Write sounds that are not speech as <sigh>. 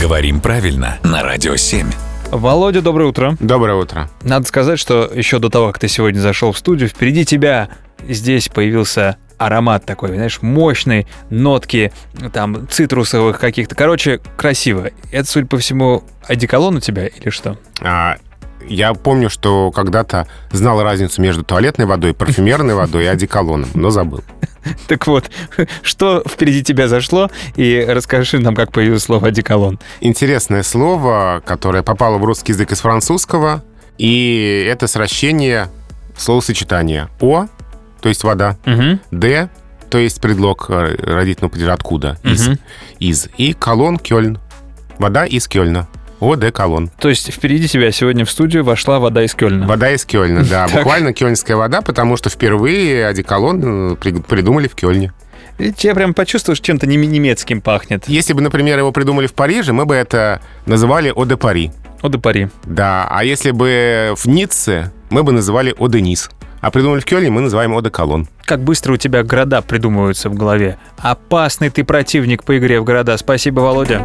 Говорим правильно на Радио 7. Володя, доброе утро. Доброе утро. Надо сказать, что еще до того, как ты сегодня зашел в студию, впереди тебя здесь появился аромат такой, знаешь, мощный, нотки там цитрусовых каких-то. Короче, красиво. Это, судя по всему, одеколон у тебя или что? <laughs> А, я помню, что когда-то знал разницу между туалетной водой, парфюмерной водой и одеколоном, но забыл. Так вот, <laughs> что впереди тебя зашло, и расскажи нам, как появилось слово одеколон. Интересное слово, которое попало в русский язык из французского, и это сращение словосочетания «о», то есть вода, Мгм. «д», то есть предлог э, родительного падежа «откуда», из, Мгм. из, и «колон Кёльн», вода из Кёльна, «о», «д», «колон». То есть впереди тебя сегодня в студию вошла вода из Кёльна. Вода из Кёльна, да, <laughs> Так. буквально кёльнская вода, потому что впервые одеколон э, при- придумали в Кёльне. И тебя прям почувствуешь, чем-то неме- немецким пахнет. Если бы, например, его придумали в Париже, мы бы это называли «О де Пари». О, да пари. Да, а если бы в Ницце, мы бы называли «О де Низ». А придумали в Кёльне, мы называем «О де Колон». Как быстро у тебя города придумываются в голове. Опасный ты противник по игре в города. Спасибо, Володя.